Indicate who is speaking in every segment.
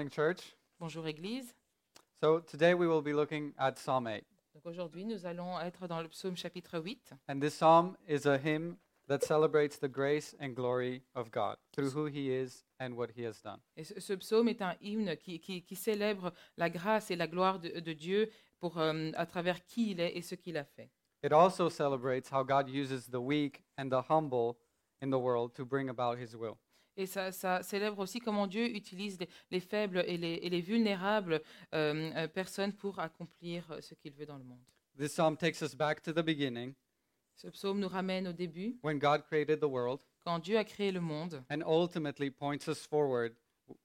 Speaker 1: Morning, church.
Speaker 2: Bonjour Église.
Speaker 1: So today we will be looking at Psalm 8.
Speaker 2: Donc aujourd'hui, nous allons être dans le psaume chapitre 8.
Speaker 1: And this psalm is a hymn that celebrates the grace and glory of God through who he is and what he has done.
Speaker 2: Et ce, ce psaume est un hymne qui, qui- qui célèbre la grâce et la gloire de, de Dieu pour, euh, à travers qui il est et ce qu'il a fait.
Speaker 1: It also celebrates how God uses the weak and the humble in the world to bring about his will.
Speaker 2: Et ça, ça célèbre aussi comment Dieu utilise les, les faibles et les, et les vulnérables euh, euh, personnes pour accomplir euh, ce qu'il veut dans le monde.
Speaker 1: This psalm takes us back to the beginning
Speaker 2: Ce psaume nous ramène au début,
Speaker 1: when God created the world
Speaker 2: quand Dieu a créé le monde,
Speaker 1: and ultimately points us forward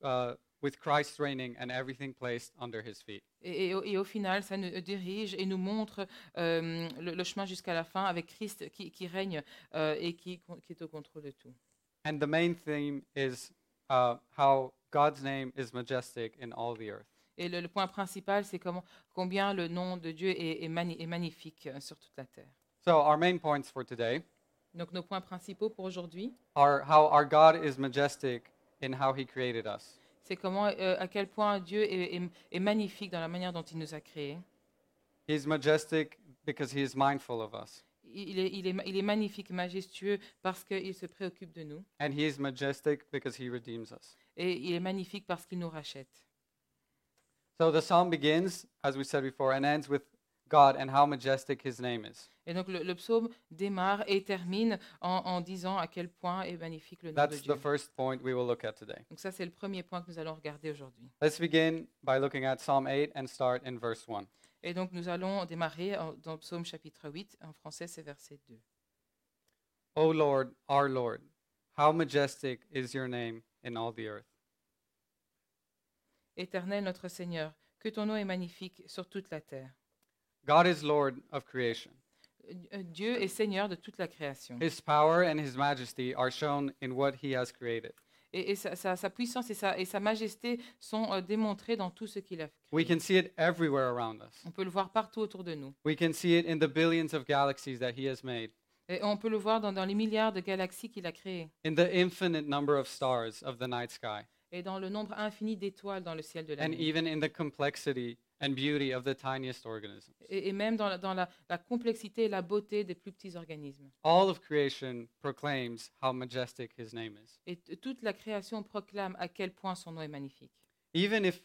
Speaker 1: uh, with Christ reigning and everything placed under his feet.
Speaker 2: et, et au, et au final, ça nous dirige et nous montre euh, le, le chemin jusqu'à la fin avec Christ qui, qui règne euh, et qui- qui est au contrôle de tout.
Speaker 1: And the main theme is uh, how God's name is majestic in all the earth.
Speaker 2: Et le, le point principal, c'est comment, combien le nom de Dieu est, est mani- est magnifique euh, sur toute la terre.
Speaker 1: So, our main points for today
Speaker 2: Donc nos points principaux pour aujourd'hui,
Speaker 1: are how our God is majestic in how he created us,
Speaker 2: c'est comment, euh, à quel point Dieu est, est- est magnifique dans la manière dont il nous a créés.
Speaker 1: he's majestic because he is mindful of us,
Speaker 2: Il il est, il est ma- il est magnifique, majestueux, parce qu'il se préoccupe de nous.
Speaker 1: and he is majestic because he redeems us.
Speaker 2: Et il est magnifique parce qu'il nous rachète.
Speaker 1: So, the psalm begins, as we said before, and ends with God and how majestic his name is.
Speaker 2: Et donc le, le psaume démarre et termine en, en disant à quel point est magnifique le nom
Speaker 1: That's
Speaker 2: de Dieu.
Speaker 1: the first point we will look at today.
Speaker 2: Donc ça, c'est le premier point que nous allons regarder aujourd'hui.
Speaker 1: Let's begin by looking at Psalm 8 and start in verse 1.
Speaker 2: Et donc nous allons démarrer en- dans Psaume chapitre 8, en français c'est verset 2.
Speaker 1: O Lord, our Lord, how majestic is your name in all the earth.
Speaker 2: Éternel notre Seigneur, que ton nom est magnifique sur toute la terre.
Speaker 1: God is Lord of creation.
Speaker 2: Euh, Dieu est Seigneur de toute la création.
Speaker 1: His power and his majesty are shown in what he has created.
Speaker 2: Et, et sa, sa- sa puissance et sa, et sa majesté sont euh, démontrées dans tout ce qu'il a
Speaker 1: We
Speaker 2: créé.
Speaker 1: can see it everywhere around us.
Speaker 2: On peut le voir partout autour de nous.
Speaker 1: We can see it in the billions of galaxies that he has made,
Speaker 2: Et on peut le voir dans, dans les milliards de galaxies qu'il a créées
Speaker 1: in the infinite number of stars of the night sky,
Speaker 2: et dans le nombre infini d'étoiles dans le ciel de la
Speaker 1: and
Speaker 2: nuit.
Speaker 1: even in the complexity and beauty of the tiniest organisms.
Speaker 2: Et, et même dans, la, dans la- la complexité et la beauté des plus petits organismes.
Speaker 1: All of creation proclaims how majestic his name is.
Speaker 2: Et t- toute la création proclame à quel point son nom est magnifique.
Speaker 1: Even if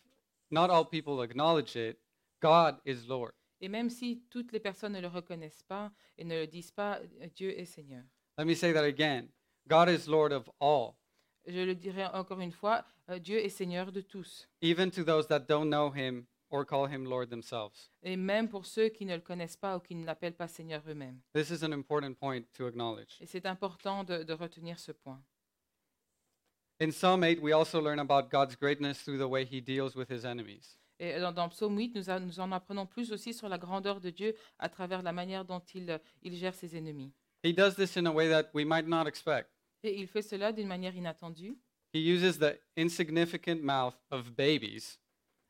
Speaker 1: not all people acknowledge it, God is Lord.
Speaker 2: Et même si toutes les personnes ne le reconnaissent pas et ne le disent pas, euh, Dieu est Seigneur.
Speaker 1: Let me say that again God is Lord of all,
Speaker 2: Je le dirai encore une fois, euh, Dieu est Seigneur de tous,
Speaker 1: even to those that don't know him or call him Lord themselves.
Speaker 2: et même pour ceux qui ne le connaissent pas ou qui ne l'appellent pas Seigneur eux-mêmes.
Speaker 1: This is an important point to acknowledge.
Speaker 2: Et c'est important de, de retenir ce point.
Speaker 1: In Psalm 8, we also learn about God's greatness through the way he deals with his enemies.
Speaker 2: Et euh, dans, dans Psaume 8, nous, a- nous en apprenons plus aussi sur la grandeur de Dieu à travers la manière dont il, euh, il gère ses ennemis.
Speaker 1: He does this in a way that we might not expect.
Speaker 2: Et il fait cela d'une manière inattendue.
Speaker 1: He uses the insignificant mouth of babies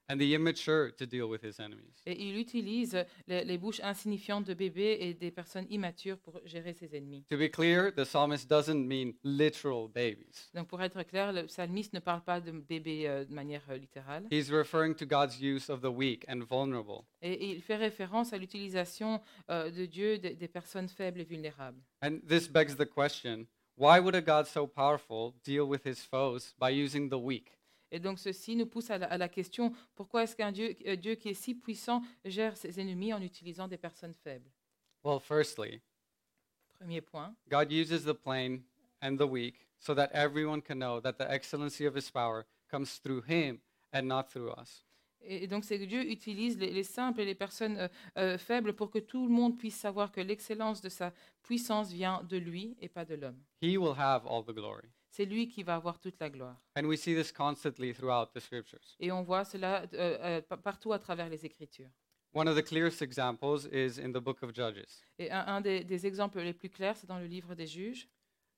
Speaker 1: and the immature to deal with his enemies.
Speaker 2: Et il utilise les, les bouches insignifiantes de bébés et des personnes immatures pour gérer ses ennemis.
Speaker 1: To be clear, the psalmist doesn't mean literal babies.
Speaker 2: Donc pour être clair, le psalmiste ne parle pas de bébés euh, de manière euh, littérale.
Speaker 1: He's referring to God's use of the weak and vulnerable.
Speaker 2: Et, et il fait référence à l'utilisation euh, de Dieu des, des personnes faibles et vulnérables.
Speaker 1: And this begs the question why would a God so powerful deal with his foes by using the weak?
Speaker 2: Et donc ceci nous pousse à la, à la question, pourquoi est-ce qu'un Dieu, euh, Dieu qui est si puissant gère ses ennemis en utilisant des personnes faibles
Speaker 1: Well, firstly,
Speaker 2: Premier point.
Speaker 1: God uses the plain and the weak so that everyone can know that the excellency of his power comes through him and not through us.
Speaker 2: Et et donc c'est que Dieu utilise les, les simples et les personnes euh, euh, faibles pour que tout le monde puisse savoir que l'excellence de sa puissance vient de lui et pas de l'homme.
Speaker 1: He will have all the glory.
Speaker 2: C'est lui qui va avoir toute la gloire.
Speaker 1: And we see this constantly throughout the scriptures.
Speaker 2: Et on voit cela euh, euh, pa- partout à travers les Écritures.
Speaker 1: One of the clearest examples is in the book of Judges.
Speaker 2: Et un, un des, des exemples les plus clairs, c'est dans le livre des juges.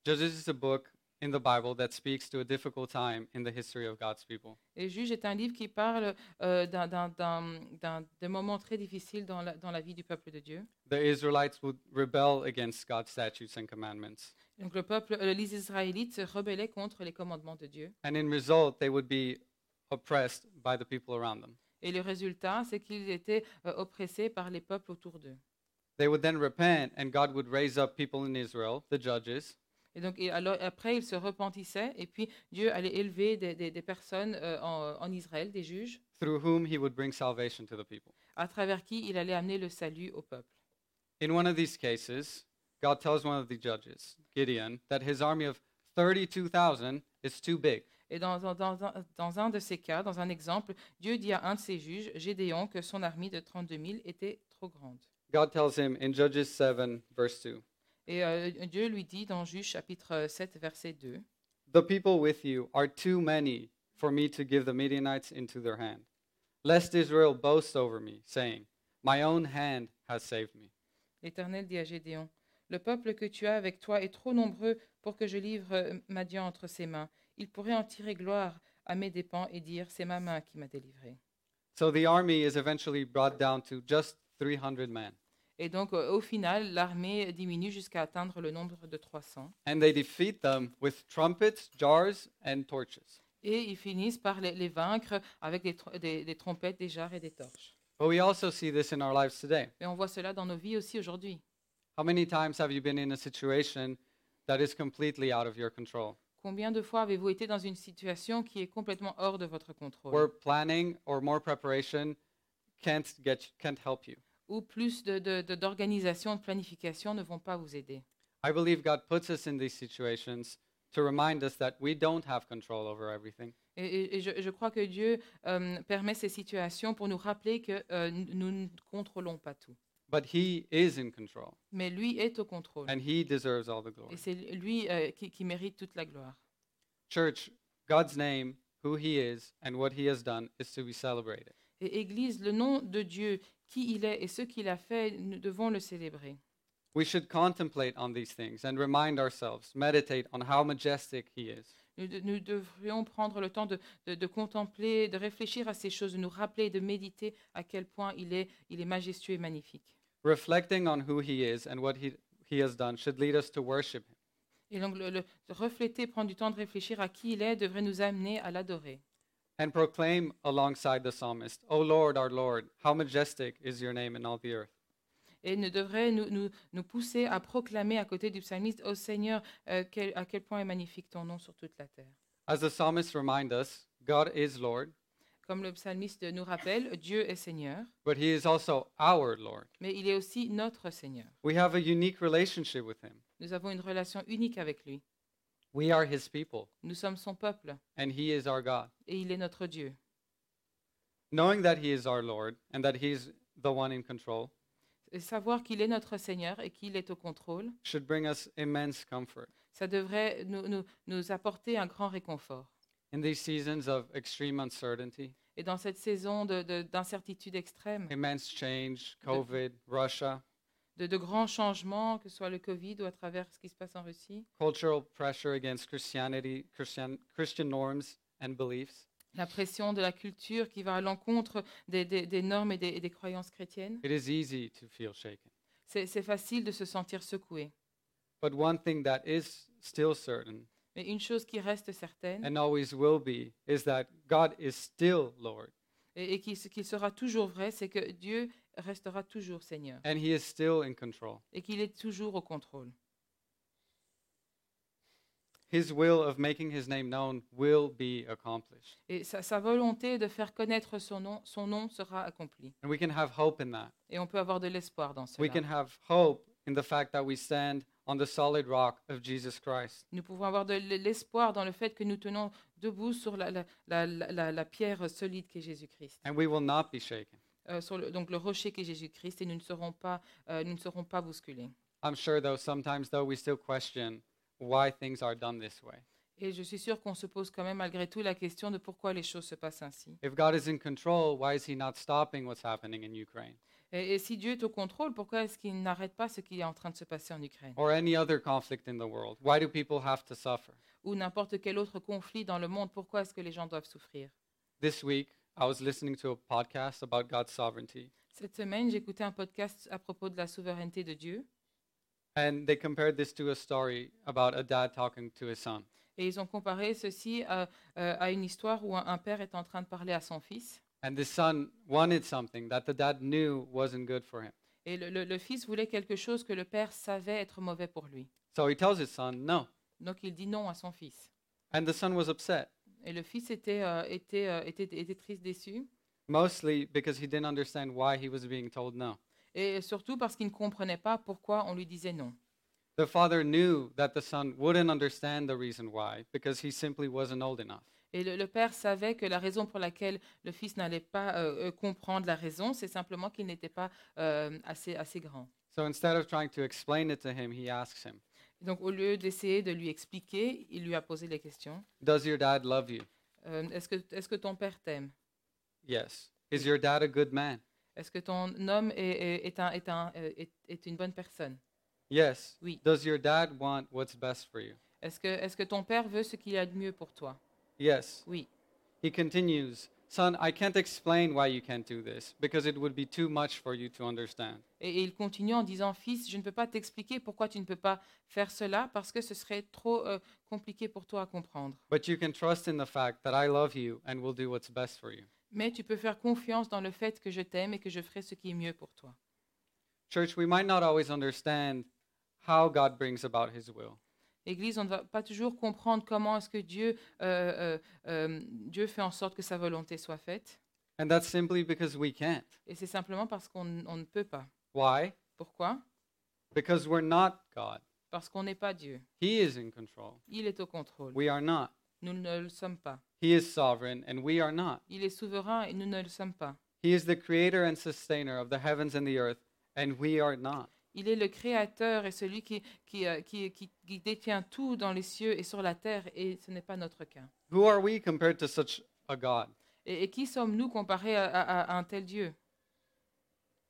Speaker 1: Judges is a book in the Bible that speaks to a difficult time in the history of God's people.
Speaker 2: Et Juges est un livre qui parle euh, d'un- d'un- d'un- d'un- de moments très difficiles dans la, dans la vie du peuple de Dieu.
Speaker 1: The Israelites would rebel against God's statutes and commandments.
Speaker 2: Donc le peuple, euh, les Israélites se rebellaient contre les commandements de Dieu.
Speaker 1: And in result, they would be oppressed by the people around them.
Speaker 2: Et le résultat, c'est qu'ils étaient euh, oppressés par les peuples autour d'eux.
Speaker 1: They would then repent, and God would raise up people in Israel, the judges,
Speaker 2: Et donc, et alors, après, ils se repentissaient, et puis Dieu allait élever des, des- des personnes euh, en, en Israël, des juges,
Speaker 1: through whom he would bring salvation to the people.
Speaker 2: à travers qui il allait amener le salut au peuple.
Speaker 1: In one of these cases, God tells one of the judges, Gideon, that his army of 32,000 is too big.
Speaker 2: Et dans, dans- dans un- dans un de ces cas, dans un exemple, Dieu dit à un de ses juges, Gédéon, que son armée de 32 000 était trop grande.
Speaker 1: God tells him in Judges 7, verse 2,
Speaker 2: Et euh, Dieu lui dit dans Juge chapitre 7, verset 2,
Speaker 1: The people with you are too many for me to give the Midianites into their hand, lest Israel boast over me, saying, My own hand has saved me.
Speaker 2: L'Éternel dit à Gédéon, Le peuple que tu as avec toi est trop nombreux pour que je livre euh, Madian entre ses mains. Il pourrait en tirer gloire à mes dépens et dire, C'est ma main qui m'a délivré.
Speaker 1: So the army is eventually brought down to just 300 men,
Speaker 2: Et donc, euh, au final, l'armée diminue jusqu'à atteindre le nombre de 300.
Speaker 1: and they defeat them with trumpets, jars, and torches.
Speaker 2: Et ils finissent par les, les vaincre avec des, tr- des- des trompettes, des jarres et des torches.
Speaker 1: But we also see this in our lives today.
Speaker 2: Et on voit cela dans nos vies aussi aujourd'hui.
Speaker 1: How many times have you been in a situation that is completely out of your control?
Speaker 2: Combien de fois avez-vous été dans une situation qui est complètement hors de votre contrôle
Speaker 1: Where planning or more preparation can't get can't help you.
Speaker 2: Où plus de- de- de- d'organisation, de, planification ne vont pas vous aider
Speaker 1: I believe God puts us in these situations to remind us that we don't have control over everything.
Speaker 2: Et, et- et je, je crois que Dieu euh, permet ces situations pour nous rappeler que euh, n- nous ne contrôlons pas tout.
Speaker 1: But he is in control
Speaker 2: Mais lui est au contrôle.
Speaker 1: and he deserves all the
Speaker 2: Et
Speaker 1: glory.
Speaker 2: c'est lui euh, qui, qui mérite toute la gloire.
Speaker 1: Church, God's name, who he is and what he has done is to be celebrated.
Speaker 2: Et Église, le nom de Dieu, qui il est et ce qu'il a fait, nous devons le célébrer.
Speaker 1: We should contemplate on these things and remind ourselves, meditate on how majestic he is.
Speaker 2: Nous, de- nous devrions prendre le temps de, de- de contempler, de réfléchir à ces choses, de nous rappeler, de méditer à quel point il est, il est majestueux et magnifique.
Speaker 1: Reflecting on who he is and what he, he has done should lead us to worship him.
Speaker 2: Et donc, le- le- refléter, prendre du temps de réfléchir à qui il est, devrait nous amener à l'adorer.
Speaker 1: And proclaim alongside the psalmist, O Lord, our Lord, how majestic is your name in all the earth.
Speaker 2: et ne devrait nous, nous, nous pousser à proclamer à côté du psalmiste, Ô Seigneur, euh, quel- à quel point est magnifique ton nom sur toute la terre.
Speaker 1: As the psalmist reminds us, God is Lord,
Speaker 2: Comme le psalmiste nous rappelle, Dieu est Seigneur,
Speaker 1: but he is also our Lord.
Speaker 2: mais il est aussi notre Seigneur.
Speaker 1: We have a unique relationship with him.
Speaker 2: Nous avons une relation unique avec lui.
Speaker 1: We are his people,
Speaker 2: Nous sommes son peuple
Speaker 1: and he is our God.
Speaker 2: et il est notre Dieu.
Speaker 1: Knowing that he is our Lord and that he's the one in control
Speaker 2: Et savoir qu'il est notre Seigneur et qu'il est au contrôle,
Speaker 1: should bring us immense comfort.
Speaker 2: ça devrait nous, nous, nous apporter un grand réconfort.
Speaker 1: In these seasons of extreme uncertainty,
Speaker 2: Et dans cette saison de- de- d'incertitude extrême,
Speaker 1: immense change, COVID, Russia,
Speaker 2: de, de grands changements, que ce soit le Covid ou à travers ce qui se passe en Russie,
Speaker 1: cultural pressure against Christianity, Christian, Christian norms and beliefs.
Speaker 2: la pression de la culture qui va à l'encontre des, des- des normes et des, et des croyances chrétiennes.
Speaker 1: It is easy to feel shaken.
Speaker 2: C'est c'est facile de se sentir secoué.
Speaker 1: But one thing that is still certain
Speaker 2: Mais une chose qui reste certaine
Speaker 1: and always will be is that God is still Lord
Speaker 2: et, et qui, ce qui sera toujours vrai, c'est que Dieu restera toujours Seigneur
Speaker 1: and He is still in control.
Speaker 2: et qu'il est toujours au contrôle.
Speaker 1: His will of making His name known will be accomplished.
Speaker 2: Et sa, sa volonté de faire connaître son nom, son nom sera accomplie.
Speaker 1: And we can have hope in that.
Speaker 2: Et on peut avoir de l'espoir dans
Speaker 1: We
Speaker 2: cela.
Speaker 1: can have hope in the fact that we stand on the solid rock of Jesus Christ.
Speaker 2: Nous pouvons avoir de l'espoir dans le fait que nous tenons debout sur la, la- la- la- la- la pierre solide qu'est Jésus-Christ.
Speaker 1: And we will not be shaken.
Speaker 2: euh, sur le, donc le rocher qui est Jésus-Christ et nous ne serons pas, euh, nous ne serons pas bousculés.
Speaker 1: I'm sure, though, sometimes, though, we still question why things are done this way.
Speaker 2: Et je suis sûre qu'on se pose quand même malgré tout la question de pourquoi les choses se passent ainsi.
Speaker 1: If God is in control, why is He not stopping what's happening in Ukraine
Speaker 2: Et, et si Dieu est au contrôle, pourquoi est-ce qu'il n'arrête pas ce qui est en train de se passer en Ukraine
Speaker 1: or any other conflict in the world? Why do people have to suffer?
Speaker 2: Ou n'importe quel autre conflit dans le monde, pourquoi est-ce que les gens doivent souffrir
Speaker 1: This week, I was listening to a podcast about God's sovereignty,
Speaker 2: Cette semaine, j'écoutais un podcast à propos de la souveraineté de Dieu
Speaker 1: and they compared this to a story about a dad talking to his son.
Speaker 2: Et ils ont comparé ceci à, euh, à une histoire où un, un père est en train de parler à son fils.
Speaker 1: And the son wanted something that the dad knew wasn't good for him.
Speaker 2: Et le, le- le fils voulait quelque chose que le père savait être mauvais pour lui.
Speaker 1: So he tells his son, no.
Speaker 2: Donc il dit non à son fils.
Speaker 1: And the son was upset,
Speaker 2: Et le fils était, euh, était, euh, était, était triste, déçu.
Speaker 1: mostly because he didn't understand why he was being told no.
Speaker 2: Et surtout parce qu'il ne comprenait pas pourquoi on lui disait non.
Speaker 1: The father knew that the son wouldn't understand the reason why because he simply wasn't old enough.
Speaker 2: Et le, le père savait que la raison pour laquelle le fils n'allait pas euh, euh, comprendre la raison, c'est simplement qu'il n'était pas euh, assez, assez grand.
Speaker 1: So instead of trying to explain it to him, he asks him,
Speaker 2: Donc au lieu d'essayer de lui expliquer, il lui a posé les questions.
Speaker 1: Does your dad love you?
Speaker 2: Euh, est-ce, que, est-ce que ton père t'aime
Speaker 1: Yes. Is your dad a good man?
Speaker 2: Est-ce que ton homme est, est- est un, est, un, euh, est, est une bonne personne
Speaker 1: Yes.
Speaker 2: Oui.
Speaker 1: Does your dad want what's best for you?
Speaker 2: Est-ce que, est-ce que ton père veut ce qu'il y a de mieux pour toi
Speaker 1: Yes.
Speaker 2: Oui.
Speaker 1: He continues, Son, I can't explain why you can't do this because it would be too much for you to understand.
Speaker 2: Et, et il continue en disant, Fils, je ne peux pas t'expliquer pourquoi tu ne peux pas faire cela, parce que ce serait trop euh, compliqué pour toi à comprendre.
Speaker 1: But you can trust in the fact that I love you and will do what's best for you.
Speaker 2: Mais tu peux faire confiance dans le fait que je t'aime et que je ferai ce qui est mieux pour toi.
Speaker 1: Church, we might not always understand how God brings about his will.
Speaker 2: L'Église, on ne va pas toujours comprendre comment est-ce que Dieu, euh, euh, euh, Dieu fait en sorte que sa volonté soit faite.
Speaker 1: And that's simply because we can't.
Speaker 2: Et c'est simplement parce qu'on on ne peut pas.
Speaker 1: Why?
Speaker 2: Pourquoi
Speaker 1: Because we're not God.
Speaker 2: Parce qu'on n'est pas Dieu.
Speaker 1: He is in control.
Speaker 2: Il est au contrôle.
Speaker 1: We are not.
Speaker 2: Nous ne le sommes pas.
Speaker 1: He is sovereign, and we are not.
Speaker 2: Il est souverain et nous ne le sommes pas.
Speaker 1: He is the creator and sustainer of the heavens and the earth, and we are not.
Speaker 2: Il est le Créateur et celui qui, qui, euh, qui, qui- qui détient tout dans les cieux et sur la terre, et ce n'est pas notre cas.
Speaker 1: Who are we compared to such a God?
Speaker 2: Et, et qui sommes-nous comparés à- à- à un tel Dieu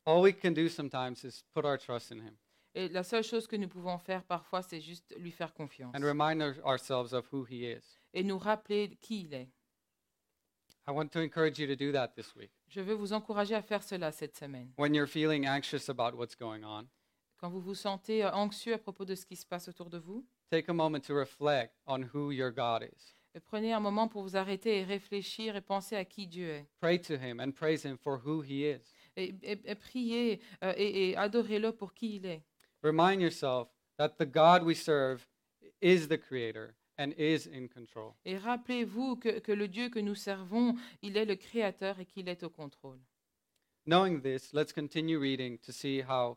Speaker 1: All we can do sometimes is put our trust in Him
Speaker 2: Et la seule chose que nous pouvons faire parfois, c'est juste lui faire confiance
Speaker 1: and remind our- ourselves of who He is.
Speaker 2: et nous rappeler qui il est.
Speaker 1: I want to encourage you to do that this week.
Speaker 2: Je veux vous encourager à faire cela cette semaine.
Speaker 1: When you're feeling anxious about what's going on,
Speaker 2: Quand vous vous sentez euh, anxieux à propos de ce qui se passe autour de vous,
Speaker 1: take a moment to reflect on who your God is.
Speaker 2: euh, prenez un moment pour vous arrêter et réfléchir et penser à qui Dieu est.
Speaker 1: Pray to Him and praise Him for who He is.
Speaker 2: Et, et- et priez euh, et, et adorez-le pour qui il est.
Speaker 1: Remind yourself that the God we serve is the creator and is in control.
Speaker 2: Et rappelez-vous que, que le Dieu que nous servons, il est le Créateur et qu'il est au contrôle.
Speaker 1: Knowing this, let's continue reading to see how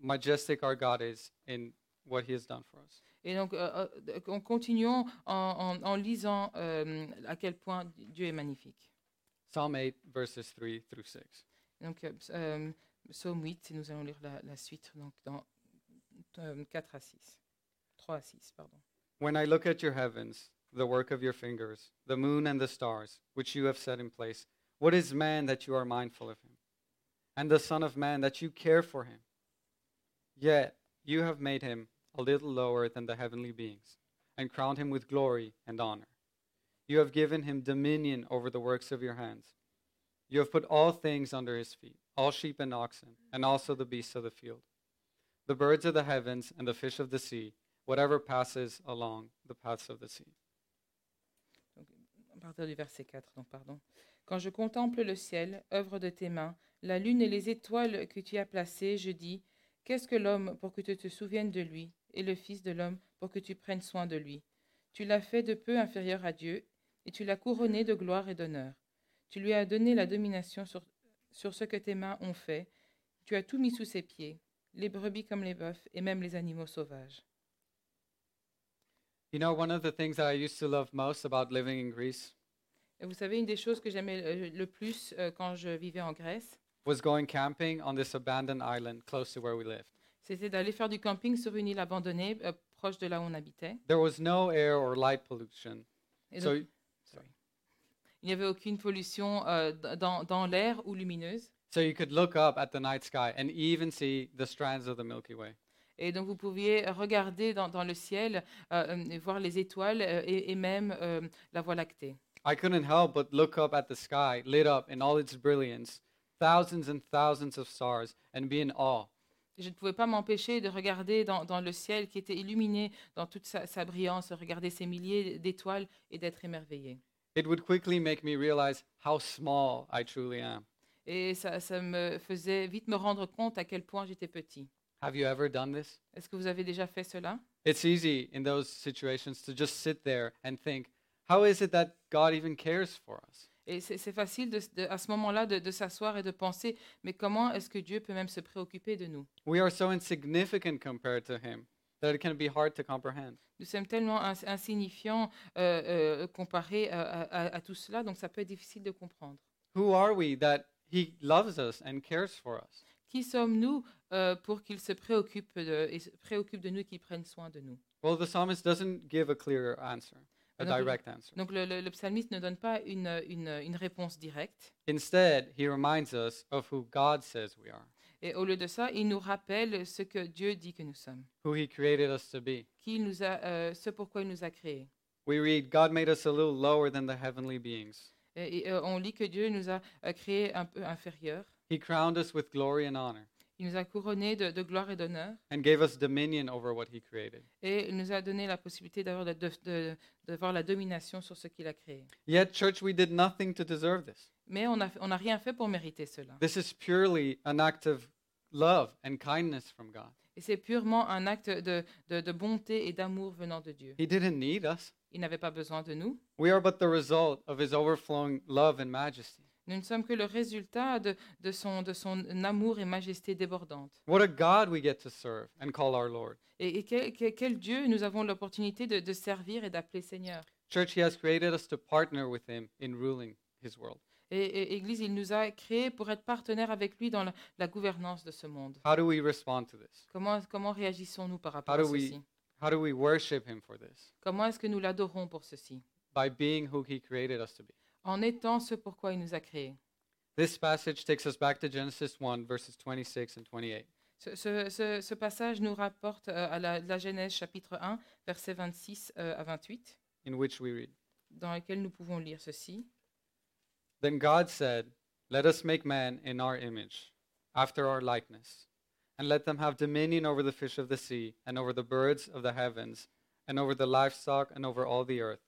Speaker 1: majestic our God is in what He has done for us.
Speaker 2: Et donc, euh, euh, en continuant en, en- en lisant euh, à quel point Dieu est magnifique.
Speaker 1: Psalm 8, verses 3 through 6.
Speaker 2: Donc, euh, ps- euh, psaume 8, et nous allons lire la, la suite donc, dans euh, 4 à 6. 3 à 6, pardon.
Speaker 1: When I look at your heavens, the work of your fingers, the moon and the stars, which you have set in place, what is man that you are mindful of him? And the Son of Man that you care for him? Yet you have made him a little lower than the heavenly beings, and crowned him with glory and honor. You have given him dominion over the works of your hands. You have put all things under his feet, all sheep and oxen, and also the beasts of the field the birds of the heavens and the fish of the sea, whatever passes along the paths of the sea.
Speaker 2: À partir du verset 4, donc, pardon. Quand je contemple le ciel, œuvre de tes mains, la lune et les étoiles que tu as placées, je dis Qu'est-ce que l'homme pour que tu te souviennes de lui, et le Fils de l'homme pour que tu prennes soin de lui Tu l'as fait de peu inférieur à Dieu, et tu l'as couronné de gloire et d'honneur. Tu lui as donné la domination sur, sur ce que tes mains ont fait. Tu as tout mis sous ses pieds, les brebis comme les bœufs, et même les animaux sauvages.
Speaker 1: You know, one of the things that I used to love most about living in Greece
Speaker 2: Et vous savez, une des choses que j'aimais euh, le plus euh, quand je vivais en Grèce,
Speaker 1: was going camping on this abandoned island close to where we lived.
Speaker 2: C'était d'aller faire du camping sur une île abandonnée, euh, proche de là où on habitait.
Speaker 1: There was no air or light pollution.
Speaker 2: Et
Speaker 1: So,
Speaker 2: donc, Sorry. Il n'y avait aucune pollution euh, d- dans, dans l'air ou lumineuse.
Speaker 1: so you could look up at the night sky and even see the strands of the Milky Way.
Speaker 2: Et donc, vous pouviez regarder dans, dans le ciel, euh, euh, et voir les étoiles euh, et, et même euh, la Voie lactée.
Speaker 1: I couldn't help but look up at the sky, lit up in all its brilliance, thousands and thousands of stars, and be in awe.
Speaker 2: Je ne pouvais pas m'empêcher de regarder dans, dans le ciel qui était illuminé dans toute sa, sa brillance, regarder ces milliers d'étoiles et d'être émerveillé.
Speaker 1: It would quickly make me realize how small I truly am.
Speaker 2: Et ça, ça me faisait vite me rendre compte à quel point j'étais petit.
Speaker 1: Have you ever done this?
Speaker 2: Est-ce que vous avez déjà fait cela
Speaker 1: It's easy in those situations to just sit there and think, how is it that God even cares for us?
Speaker 2: Et c'est c'est facile de- de- à ce moment-là de, de s'asseoir et de penser, mais comment est-ce que Dieu peut même se préoccuper de nous
Speaker 1: We are so insignificant compared to Him that it can be hard to comprehend.
Speaker 2: Nous sommes tellement ins- insignifiants euh, euh, comparés à, à- à- à tout cela, donc ça peut être difficile de comprendre.
Speaker 1: Who are we that He loves us and cares for us?
Speaker 2: Qui sommes-nous euh, pour qu'il se préoccupe de, et se préoccupe de nous et qu'il prenne soin de nous
Speaker 1: Well, the psalmist doesn't give a clear answer, a
Speaker 2: Another-
Speaker 1: direct answer.
Speaker 2: Donc le, le- le psalmiste ne donne pas une, une- une réponse directe.
Speaker 1: Instead, he reminds us of who God says we are,
Speaker 2: Et au lieu de ça, il nous rappelle ce que Dieu dit que nous sommes,
Speaker 1: who He created us to be.
Speaker 2: qui il nous a, euh, ce pourquoi il nous a créés.
Speaker 1: We read, God made us a little lower than the heavenly beings.
Speaker 2: Et, et, euh, on lit que Dieu nous a euh, créés un peu inférieurs.
Speaker 1: He crowned us with glory and honor
Speaker 2: Il nous a couronnés de, de gloire et d'honneur
Speaker 1: and gave us dominion over what He created.
Speaker 2: et il nous a donné la possibilité d'avoir la, de, de- d'avoir la domination sur ce qu'il a créé.
Speaker 1: Yet, church, we did nothing to deserve this.
Speaker 2: Mais on n'a on n'a rien fait pour mériter cela.
Speaker 1: This is purely an act of love and kindness from God.
Speaker 2: Et c'est purement un acte de, de, de bonté et d'amour venant de Dieu.
Speaker 1: He didn't need us.
Speaker 2: Il n'avait pas besoin de nous.
Speaker 1: We are but the result of His overflowing love and majesty.
Speaker 2: Nous ne sommes que le résultat de, de, son, de son amour et majesté débordante.
Speaker 1: What a God we get to serve and call our Lord.
Speaker 2: Et, et quel, quel- quel Dieu nous avons l'opportunité de, de servir et d'appeler Seigneur.
Speaker 1: Church, He has created us to partner with Him in ruling His world.
Speaker 2: Et, et Église, il nous a créés pour être partenaires avec lui dans la, la gouvernance de ce monde.
Speaker 1: How do we respond to this?
Speaker 2: Comment, comment réagissons-nous par rapport
Speaker 1: How
Speaker 2: à
Speaker 1: do we-
Speaker 2: ceci
Speaker 1: How do we worship Him for this?
Speaker 2: Comment est-ce que nous l'adorons pour ceci
Speaker 1: By being who He created us to be.
Speaker 2: En étant ce pourquoi il nous a créés.
Speaker 1: This passage takes us back to Genesis 1, verses 26 and 28.
Speaker 2: Ce, ce- ce- ce passage nous rapporte euh, à la, la Genèse chapitre 1, versets 26 euh, à 28,
Speaker 1: in which we read
Speaker 2: dans lequel nous pouvons lire ceci.
Speaker 1: Then God said, Let us make man in our image, after our likeness, and let them have dominion over the fish of the sea, and over the birds of the heavens, and over the livestock, and over all the earth,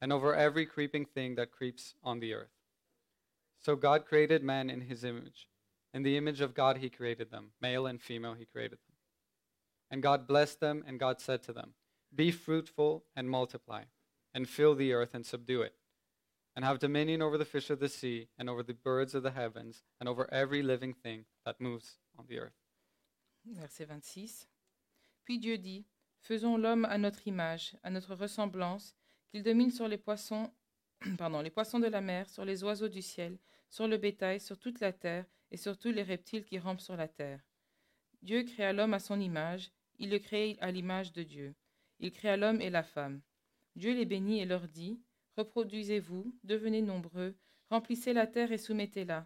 Speaker 1: and over every creeping thing that creeps on the earth. So God created man in his image. In the image of God he created them, male and female he created them. And God blessed them, and God said to them, Be fruitful and multiply, and fill the earth and subdue it and have dominion over the fish of the sea, and over the birds of the heavens, and over every living thing that moves on the earth.
Speaker 2: Verset 26. Puis Dieu dit, Faisons l'homme à notre image, à notre ressemblance, qu'il domine sur les poissons, pardon, les poissons de la mer, sur les oiseaux du ciel, sur le bétail, sur toute la terre, et sur tous les reptiles qui rampent sur la terre. Dieu créa l'homme à son image, il le crée à l'image de Dieu. Il créa l'homme et la femme. Dieu les bénit et leur dit, Reproduisez-vous, devenez nombreux, remplissez la terre et soumettez-la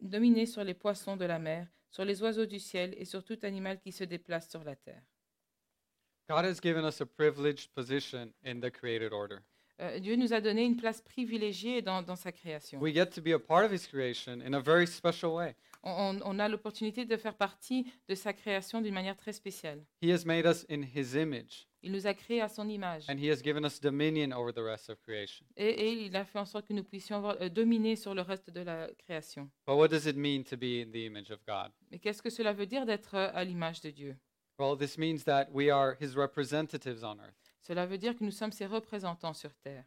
Speaker 2: dominé sur les poissons de la mer, sur les oiseaux du ciel et sur tout animal qui se déplace sur la terre.
Speaker 1: God has given us a privileged position in the created order.
Speaker 2: Euh, Dieu nous a donné une place privilégiée dans, dans sa création.
Speaker 1: We get to be a part of His creation in a very special way.
Speaker 2: On, on- on a l'opportunité de faire partie de sa création d'une manière très spéciale.
Speaker 1: He has made us in His image,
Speaker 2: Il nous a créés à son image
Speaker 1: and He has given us dominion over the rest of creation.
Speaker 2: et, et il a fait en sorte que nous puissions avoir, euh, dominer sur le reste de la création.
Speaker 1: But what does it mean to be in the image of God?
Speaker 2: Mais qu'est-ce que cela veut dire d'être euh, à l'image de Dieu
Speaker 1: Well, this means that we are His representatives on earth.
Speaker 2: Cela veut dire que nous sommes ses représentants sur terre.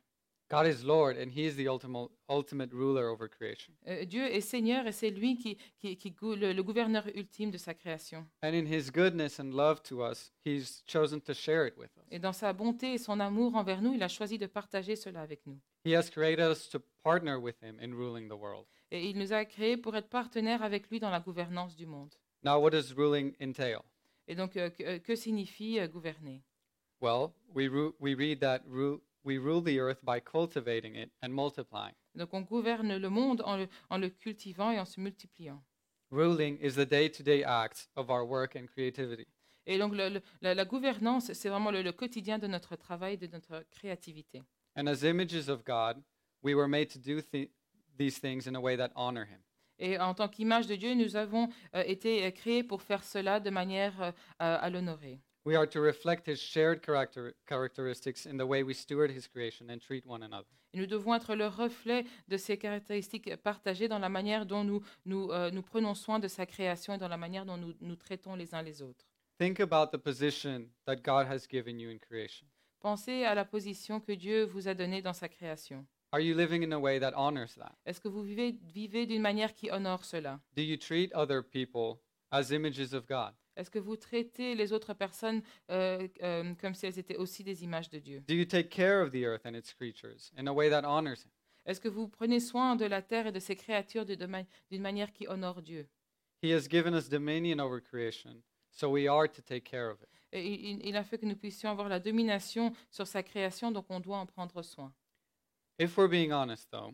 Speaker 1: God is Lord, and He is the ultimate, ultimate ruler over creation.
Speaker 2: Euh, Dieu est Seigneur et c'est lui qui, qui, qui gou- le- le gouverneur ultime de sa création.
Speaker 1: And in His goodness and love to us, He's chosen to share it with us.
Speaker 2: Et dans sa bonté et son amour envers nous, il a choisi de partager cela avec nous.
Speaker 1: He has created us to partner with Him in ruling the world.
Speaker 2: Et il nous a créés pour être partenaires avec lui dans la gouvernance du monde.
Speaker 1: Now, what does ruling entail?
Speaker 2: Et donc, euh, que, euh, que signifie euh, gouverner
Speaker 1: Well, we, ru- we read that ru- we rule the earth by cultivating it and multiplying.
Speaker 2: Donc, on gouverne le monde en le, en le cultivant et en se multipliant.
Speaker 1: Ruling is the day to day acts of our work and creativity.
Speaker 2: Et donc, le- le- la, la gouvernance, c'est vraiment le, le quotidien de notre travail, de notre créativité.
Speaker 1: And as images of God, we were made to do thi- these things in a way that honor Him.
Speaker 2: Et en tant qu'image de Dieu, nous avons euh, été euh, créés pour faire cela de manière euh, à à l'honorer.
Speaker 1: We are to reflect his shared character- characteristics in the way we steward his creation and treat one another.
Speaker 2: Et nous devons être le reflet de ces caractéristiques partagées dans la manière dont nous, nous, euh, nous prenons soin de sa création et dans la manière dont nous, nous traitons les uns les autres.
Speaker 1: Think about the position that God has given you in creation.
Speaker 2: Pensez à la position que Dieu vous a donnée dans sa création.
Speaker 1: Are you living in a way that honors that?
Speaker 2: Est-ce que vous vivez, vivez d'une manière qui honore cela
Speaker 1: Do you treat other people as images of God?
Speaker 2: Est-ce que vous traitez les autres personnes euh, euh, comme si elles étaient aussi des images de Dieu
Speaker 1: Do you take care of the earth and its creatures in a way that honors Him?
Speaker 2: Est-ce que vous prenez soin de la terre et de ses créatures de- de ma- d'une manière qui honore Dieu
Speaker 1: He has given us dominion over creation, so we are to take care of it.
Speaker 2: Et il, il- il a fait que nous puissions avoir la domination sur sa création, donc on doit en prendre soin.
Speaker 1: If we're being honest, though,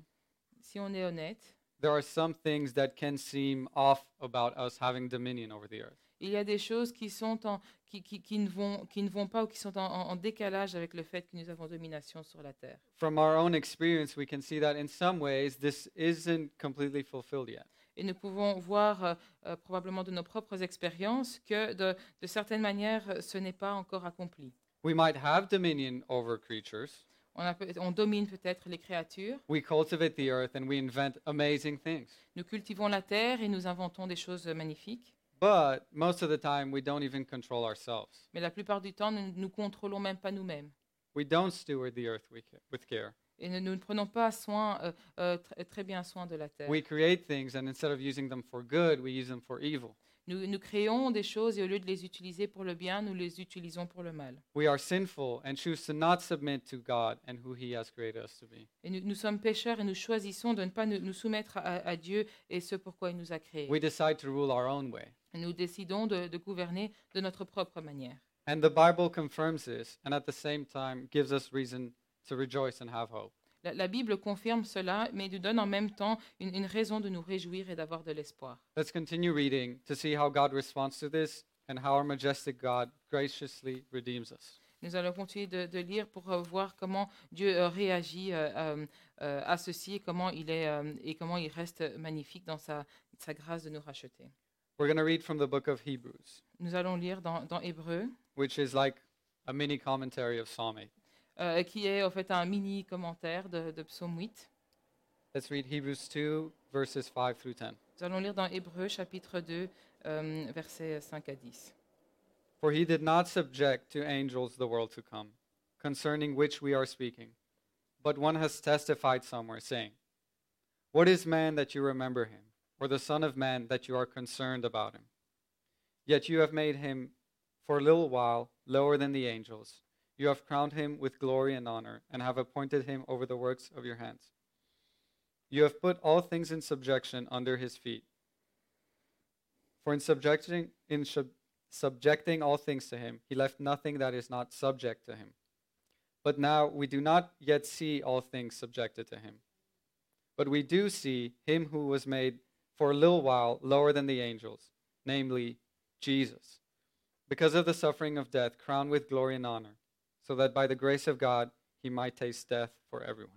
Speaker 2: Si on est honnête,
Speaker 1: there are some things that can seem off about us having dominion over the earth.
Speaker 2: il y a des choses qui, sont en, qui, qui- qui ne, vont, qui ne vont pas ou qui sont en, en- en décalage avec le fait que nous avons domination sur la terre.
Speaker 1: From our own experience, we can see that in some ways this isn't completely fulfilled yet.
Speaker 2: Et nous pouvons voir euh, euh, probablement de nos propres expériences que de, de certaines manières, euh, ce n'est pas encore accompli.
Speaker 1: We might have dominion over creatures,
Speaker 2: On, a peut- on domine peut-être les créatures,
Speaker 1: we cultivate the earth, and we invent amazing things.
Speaker 2: nous cultivons la terre et nous inventons des choses euh, magnifiques,
Speaker 1: But most of the time, we don't even control ourselves.
Speaker 2: mais la plupart du temps, nous ne nous contrôlons même pas nous-mêmes.
Speaker 1: We don't steward the earth we ca- with care.
Speaker 2: Et nous, nous ne prenons pas soin, euh, euh, tr- très bien soin de la terre.
Speaker 1: We create things, and instead of using them for good, we use them for evil.
Speaker 2: Nous, nous créons des choses et au lieu de les utiliser pour le bien, nous les utilisons pour le mal.
Speaker 1: We are sinful and choose to not submit to God and who He has created us to be.
Speaker 2: Et nous, nous sommes pécheurs et nous choisissons de ne pas nous, nous soumettre à, à Dieu et ce pourquoi il nous a créés.
Speaker 1: We decide to rule our own way.
Speaker 2: Et Nous décidons de, de gouverner de notre propre manière.
Speaker 1: And the Bible confirms this and at the same time gives us reason to rejoice and have hope.
Speaker 2: La, la Bible confirme cela, mais nous donne en même temps une, une raison de nous réjouir et d'avoir de l'espoir.
Speaker 1: Let's continue reading to see how God responds to this and how our majestic God graciously redeems us.
Speaker 2: Nous allons continuer de, de lire pour euh, voir comment Dieu euh, réagit euh, euh, euh, à ceci et comment il est euh, et comment il reste magnifique dans sa, sa grâce de nous racheter.
Speaker 1: We're going to read from the book of Hebrews,
Speaker 2: Nous allons lire dans, dans Hébreu,
Speaker 1: which is like a mini commentary of Psalm 8.
Speaker 2: euh, qui est en fait un mini commentaire de, de Psaume 8.
Speaker 1: Let's read Hebrews 2, verses 5 through 10.
Speaker 2: Nous allons lire dans Hébreu chapitre 2, euh, versets 5 à 10.
Speaker 1: For he did not subject to angels the world to come, concerning which we are speaking. But one has testified somewhere, saying, What is man that you remember him, or the Son of Man that you are concerned about him? Yet you have made him for a little while lower than the angels. You have crowned him with glory and honor, and have appointed him over the works of your hands. You have put all things in subjection under his feet. For in subjecting, in sub- subjecting all things to him, he left nothing that is not subject to him. But now we do not yet see all things subjected to him. But we do see him who was made for a little while lower than the angels, namely Jesus, because of the suffering of death, crowned with glory and honor, so that by the grace of God he might taste death for everyone.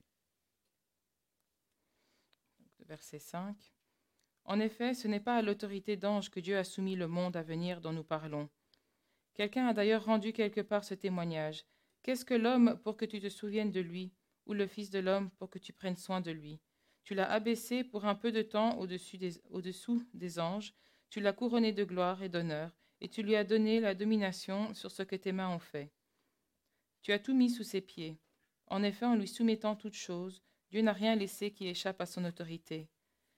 Speaker 2: verset 5. En effet, ce n'est pas à l'autorité d'ange que Dieu a soumis le monde à venir dont nous parlons. Quelqu'un a d'ailleurs rendu quelque part ce témoignage. Qu'est-ce que l'homme pour que tu te souviennes de lui, ou le Fils de l'homme pour que tu prennes soin de lui Tu l'as abaissé pour un peu de temps au-dessus des, au-dessous des anges, tu l'as couronné de gloire et d'honneur, et tu lui as donné la domination sur ce que tes mains ont fait. Tu as tout mis sous ses pieds. En effet, en lui soumettant toutes choses, Dieu n'a rien laissé qui échappe à son autorité.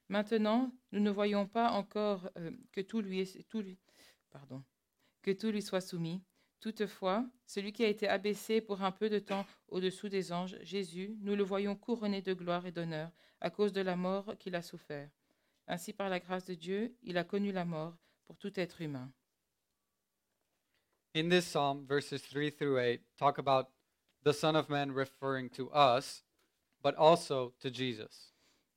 Speaker 2: Maintenant, nous ne voyons pas encore euh, que tout lui est, tout lui- pardon, que tout lui soit soumis. Toutefois, celui qui a été abaissé pour un peu de temps au-dessous des anges, Jésus, nous le voyons couronné de gloire et d'honneur à cause de la mort qu'il a souffert. Ainsi, par la grâce de Dieu, il a connu la mort pour tout être humain.
Speaker 1: In this psalm, verses 3 through 8 talk about the Son of Man referring to us, but also to Jesus.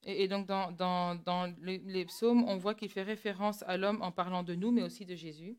Speaker 2: Et, et donc, dans, dans- dans les- les psaumes, on voit qu'il fait référence à l'homme en parlant de nous, mais aussi de Jésus.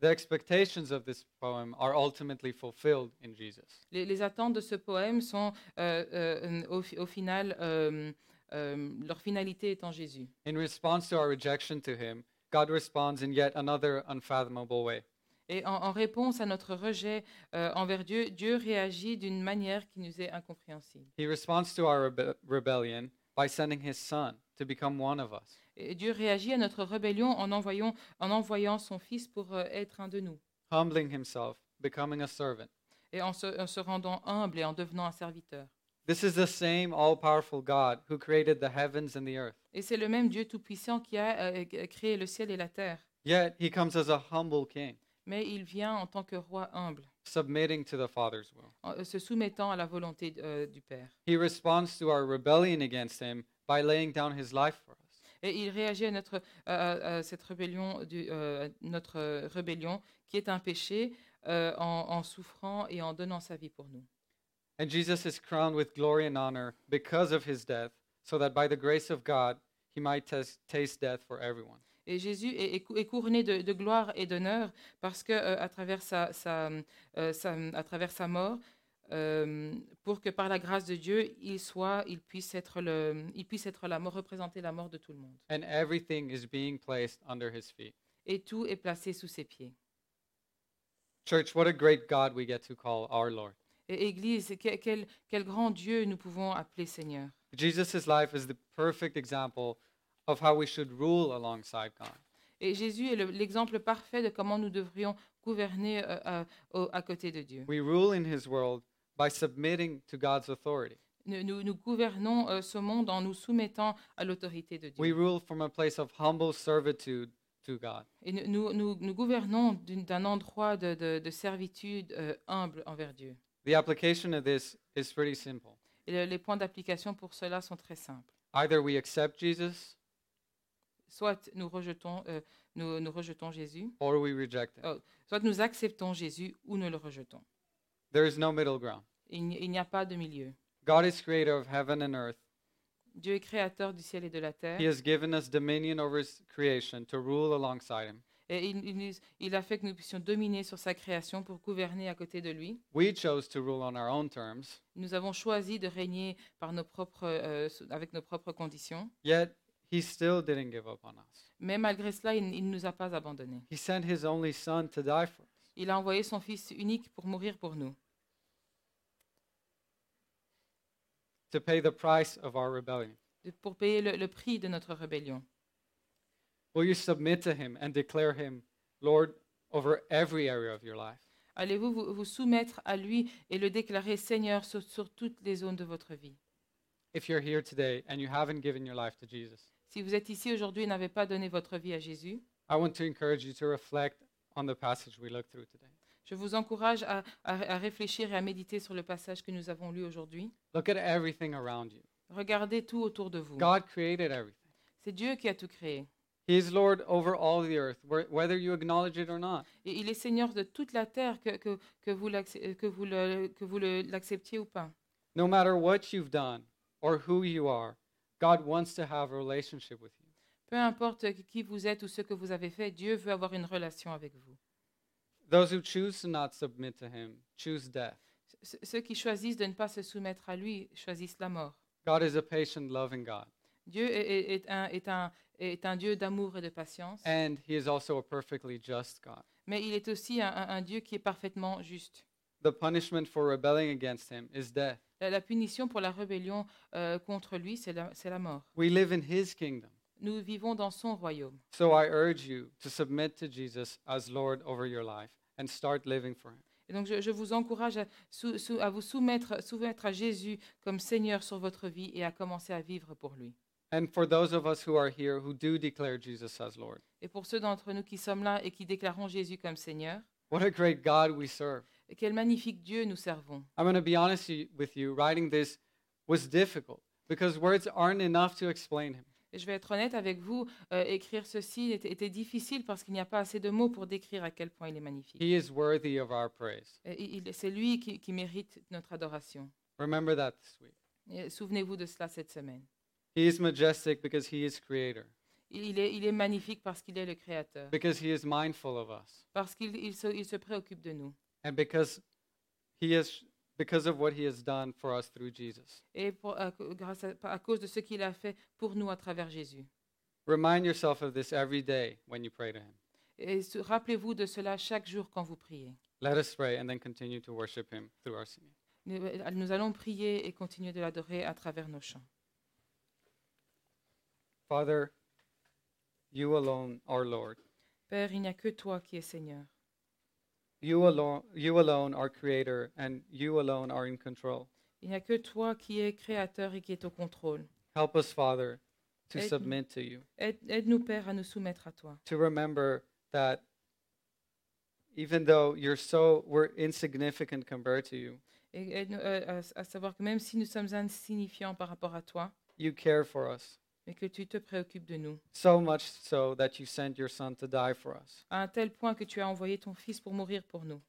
Speaker 1: The expectations of this poem are ultimately fulfilled in Jesus.
Speaker 2: Les, les attentes de ce poème sont euh, euh, au, fi- au final euh, euh, leur finalité est en Jésus.
Speaker 1: In response to our rejection to him, God responds in yet another unfathomable way.
Speaker 2: Et en, en réponse à notre rejet euh, envers Dieu, Dieu réagit d'une manière qui nous est incompréhensible.
Speaker 1: He responds to our rebe- rebellion by sending his son to become one of us.
Speaker 2: Et Dieu réagit à notre rébellion en envoyant, en envoyant son Fils pour euh, être un de nous,
Speaker 1: humbling himself, becoming a servant.
Speaker 2: et en se, en se rendant humble et en devenant un serviteur.
Speaker 1: This is the same all powerful God who created the heavens and the earth.
Speaker 2: Et c'est le même Dieu Tout-Puissant qui a euh, g- créé le ciel et la terre,
Speaker 1: Yet he comes as a humble king,
Speaker 2: mais il vient en tant que roi humble,
Speaker 1: submitting to the Father's will.
Speaker 2: en euh, se soumettant à la volonté euh, du Père.
Speaker 1: He responds to our rebellion against him by laying down his life for us.
Speaker 2: Et il réagit à notre, à- à- à cette rébellion, du- euh, notre euh, rébellion qui est un péché, euh, en, en souffrant et en donnant sa vie pour nous.
Speaker 1: And Jesus is crowned with glory and honor because of his death, so that by the grace of God, he might tas- taste death for everyone.
Speaker 2: Et Jésus est, est cou- est couronné de, de gloire et d'honneur parce que euh, à travers sa, sa, euh, sa- à travers sa mort, euh, pour que par la grâce de Dieu, il soit, il puisse être le, il puisse être la mort, représenter la mort de tout le monde.
Speaker 1: And everything is being placed under his feet.
Speaker 2: Et tout est placé sous ses pieds.
Speaker 1: Church, what a great God we get to call our Lord.
Speaker 2: Et Église, que- quel, quel grand Dieu nous pouvons appeler Seigneur.
Speaker 1: Jesus' life is the perfect example of how we should rule alongside God.
Speaker 2: Et Jésus est le- l'exemple parfait de comment nous devrions gouverner euh, à, au- à côté de Dieu.
Speaker 1: We rule in his world by submitting to God's authority.
Speaker 2: Nous, nous- nous gouvernons euh, ce monde en nous soumettant à l'autorité de Dieu.
Speaker 1: We rule from a place of humble servitude to God.
Speaker 2: Et nous- nous, nous, nous gouvernons d'une- d'un endroit de, de- de servitude euh, humble envers Dieu.
Speaker 1: The application of this is pretty simple.
Speaker 2: Et le- les points d'application pour cela sont très simples.
Speaker 1: Either we accept Jesus
Speaker 2: Soit nous rejetons, euh, nous, nous rejetons Jésus,
Speaker 1: or we reject him.
Speaker 2: Oh. soit nous acceptons Jésus ou nous le rejetons.
Speaker 1: There is no middle ground.
Speaker 2: Il n'y il n'y a pas de milieu.
Speaker 1: God is creator of heaven and earth.
Speaker 2: Dieu est créateur du ciel et de la terre
Speaker 1: He has given us dominion over his creation to rule alongside him.
Speaker 2: et il, il nous- il a fait que nous puissions dominer sur sa création pour gouverner à côté de lui.
Speaker 1: We chose to rule on our own terms,
Speaker 2: Nous avons choisi de régner par nos propres, euh, s- avec nos propres conditions,
Speaker 1: yet he still didn't give up on us.
Speaker 2: mais malgré cela, il- il ne nous a pas abandonnés.
Speaker 1: He sent his only son to die for us.
Speaker 2: Il a envoyé son Fils unique pour mourir pour nous,
Speaker 1: to pay the price of our rebellion?
Speaker 2: de- pour payer le, le prix de notre rébellion.
Speaker 1: Will you submit to him and declare him Lord over every area of your life?
Speaker 2: Allez-vous vous, vous soumettre à lui et le déclarer Seigneur sur, sur toutes les zones de votre vie
Speaker 1: If you're here today and you haven't given your life to Jesus,
Speaker 2: Si vous êtes ici aujourd'hui et n'avez pas donné votre vie à Jésus,
Speaker 1: I want to encourage you to reflect on the passage we looked through today.
Speaker 2: je vous encourage à, à- à réfléchir et à méditer sur le passage que nous avons lu aujourd'hui.
Speaker 1: Look at everything around you.
Speaker 2: Regardez tout autour de vous.
Speaker 1: God created everything.
Speaker 2: C'est Dieu qui a tout créé.
Speaker 1: He is Lord over all the earth, whe- whether you acknowledge it or not.
Speaker 2: Et il est Seigneur de toute la terre, que, que, que vous l'acc- que vous le- que vous le- l'acceptiez ou pas.
Speaker 1: No matter what you've done or who you are, God wants to have a relationship with you.
Speaker 2: Peu importe qui vous êtes ou ce que vous avez fait, Dieu veut avoir une relation avec vous.
Speaker 1: Those who choose to not submit to Him choose death.
Speaker 2: Ce- Ceux qui choisissent de ne pas se soumettre à lui choisissent la mort.
Speaker 1: God is a patient, loving God.
Speaker 2: Dieu est, est- est un, est, un, est un Dieu d'amour et de patience,
Speaker 1: And he is also a perfectly just God.
Speaker 2: mais il est aussi un, un- un Dieu qui est parfaitement juste.
Speaker 1: The punishment for rebelling against him is death.
Speaker 2: La, la punition pour la rébellion euh, contre lui, c'est la, c'est la mort.
Speaker 1: We live in his kingdom.
Speaker 2: Nous vivons dans son royaume.
Speaker 1: So I urge you to submit to Jesus as Lord over your life and start living for him.
Speaker 2: Et donc je, je vous encourage à, sou- sou- à vous soumettre, soumettre à Jésus comme Seigneur sur votre vie et à commencer à vivre pour lui.
Speaker 1: And for those of us who are here who do declare Jesus as Lord,
Speaker 2: Et pour ceux d'entre nous qui sommes là et qui déclarons Jésus comme Seigneur,
Speaker 1: what a great God we serve.
Speaker 2: quel magnifique Dieu nous servons.
Speaker 1: I'm going to be honest y- with you, writing this was difficult because words aren't enough to explain him.
Speaker 2: Et Je vais être honnête avec vous, euh, écrire ceci était, était difficile parce qu'il n'y a pas assez de mots pour décrire à quel point il est magnifique.
Speaker 1: He is worthy of our praise.
Speaker 2: Et il- il- C'est lui qui, qui mérite notre adoration.
Speaker 1: Remember that this week.
Speaker 2: Et Souvenez-vous de cela cette semaine.
Speaker 1: He is majestic because he is creator,
Speaker 2: Il il est, il est magnifique parce qu'il est le Créateur,
Speaker 1: because he is mindful of us.
Speaker 2: parce qu'il il se, il se préoccupe de nous,
Speaker 1: and because he has because of what he has done for us through Jesus.
Speaker 2: et pour- à, cau- grâce à- à cause de ce qu'il a fait pour nous à travers Jésus.
Speaker 1: Remind yourself of this every day when you pray to him.
Speaker 2: Et se- rappelez-vous de cela chaque jour quand vous priez.
Speaker 1: Let us pray and then continue to worship him through our singing.
Speaker 2: Nous euh, nous allons prier et continuer de l'adorer à travers nos chants.
Speaker 1: Father, you alone are Lord.
Speaker 2: Père, il n'y a que toi qui es Seigneur.
Speaker 1: You alone, you alone are creator, and you alone are in control.
Speaker 2: Il n'y a que toi qui es créateur et qui est au contrôle.
Speaker 1: Help us, Father, to
Speaker 2: Aide-nous.
Speaker 1: submit to you,
Speaker 2: Aide- Aide-nous, Père, à nous soumettre à toi.
Speaker 1: to remember that even though you're so we're insignificant compared to you,
Speaker 2: Et aide-nous euh, à, à savoir que même si nous sommes insignifiants par rapport à toi,
Speaker 1: you care for us
Speaker 2: mais que tu te préoccupes de nous,
Speaker 1: so much so that you sent your son to die for us.
Speaker 2: à un tel point que tu as envoyé ton Fils pour mourir pour nous.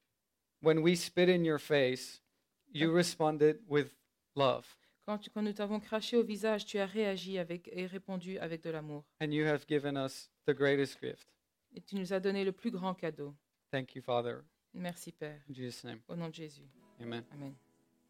Speaker 1: When we spit in your face, you responded with love,
Speaker 2: Quand, tu- quand nous t'avons craché au visage, tu as réagi avec, et répondu avec de l'amour.
Speaker 1: and you have given us the greatest gift.
Speaker 2: Et tu nous as donné le plus grand cadeau.
Speaker 1: Thank you, Father.
Speaker 2: Merci, Père,
Speaker 1: In Jesus' name,
Speaker 2: au nom de Jésus.
Speaker 1: amen.
Speaker 2: Amen.